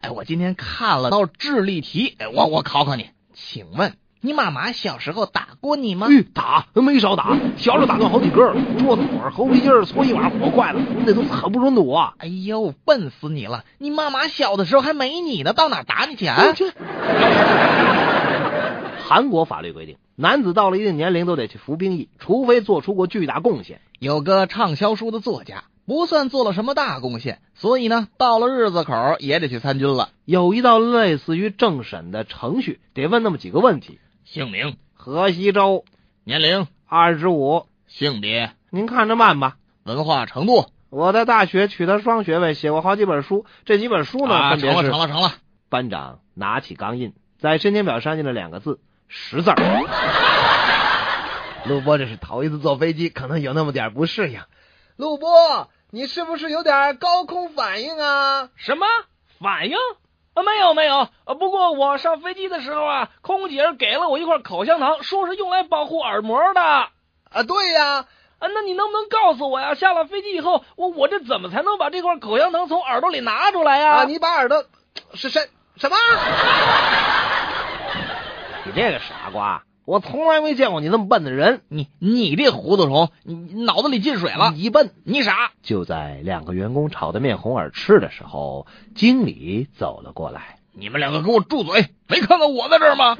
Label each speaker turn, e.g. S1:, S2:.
S1: 哎，我今天看了道智力题，哎，我我考考你，请问你妈妈小时候打过你吗？
S2: 嗯，打没少打，小时候打断好几个了，桌子腿儿、猴皮筋儿搓一晚上火坏了，那都惨不忍睹啊！
S1: 哎呦，笨死你了！你妈妈小的时候还没你呢，到哪儿打你去啊？
S3: 嗯
S2: 这哎韩国法律规定，男子到了一定年龄都得去服兵役，除非做出过巨大贡献。
S1: 有个畅销书的作家，不算做了什么大贡献，所以呢，到了日子口儿也得去参军了。
S2: 有一道类似于政审的程序，得问那么几个问题：
S1: 姓名、
S2: 河西州
S1: 年龄、
S2: 二十五，
S1: 性别、
S2: 您看着办吧。
S1: 文化程度。
S2: 我在大学取得双学位，写过好几本书，这几本书呢，
S1: 啊，
S2: 分
S1: 成
S2: 别
S1: 了，
S2: 是
S1: 成了，成了。
S2: 班长拿起钢印，在申请表上印了两个字“识字儿”。
S3: 陆波这是头一次坐飞机，可能有那么点不适应。陆波，哦你是不是有点高空反应啊？
S4: 什么反应？啊，没有没有，呃不过我上飞机的时候啊，空姐给了我一块口香糖，说是用来保护耳膜的。啊，
S3: 啊，对呀、
S4: 那你能不能告诉我呀？下了飞机以后，我我这怎么才能把这块口香糖从耳朵里拿出来呀？
S3: 啊，你把耳朵是什什么？
S2: 你这个傻瓜，我从来没见过你那么笨的人。
S1: 你你这糊涂虫，你你脑子里进水了，
S3: 嗯
S2: 你一笨。
S1: 你傻。
S2: 就在两个员工吵得面红耳赤的时候，经理走了过来。
S1: 你们两个给我住嘴！没看到我在这儿吗？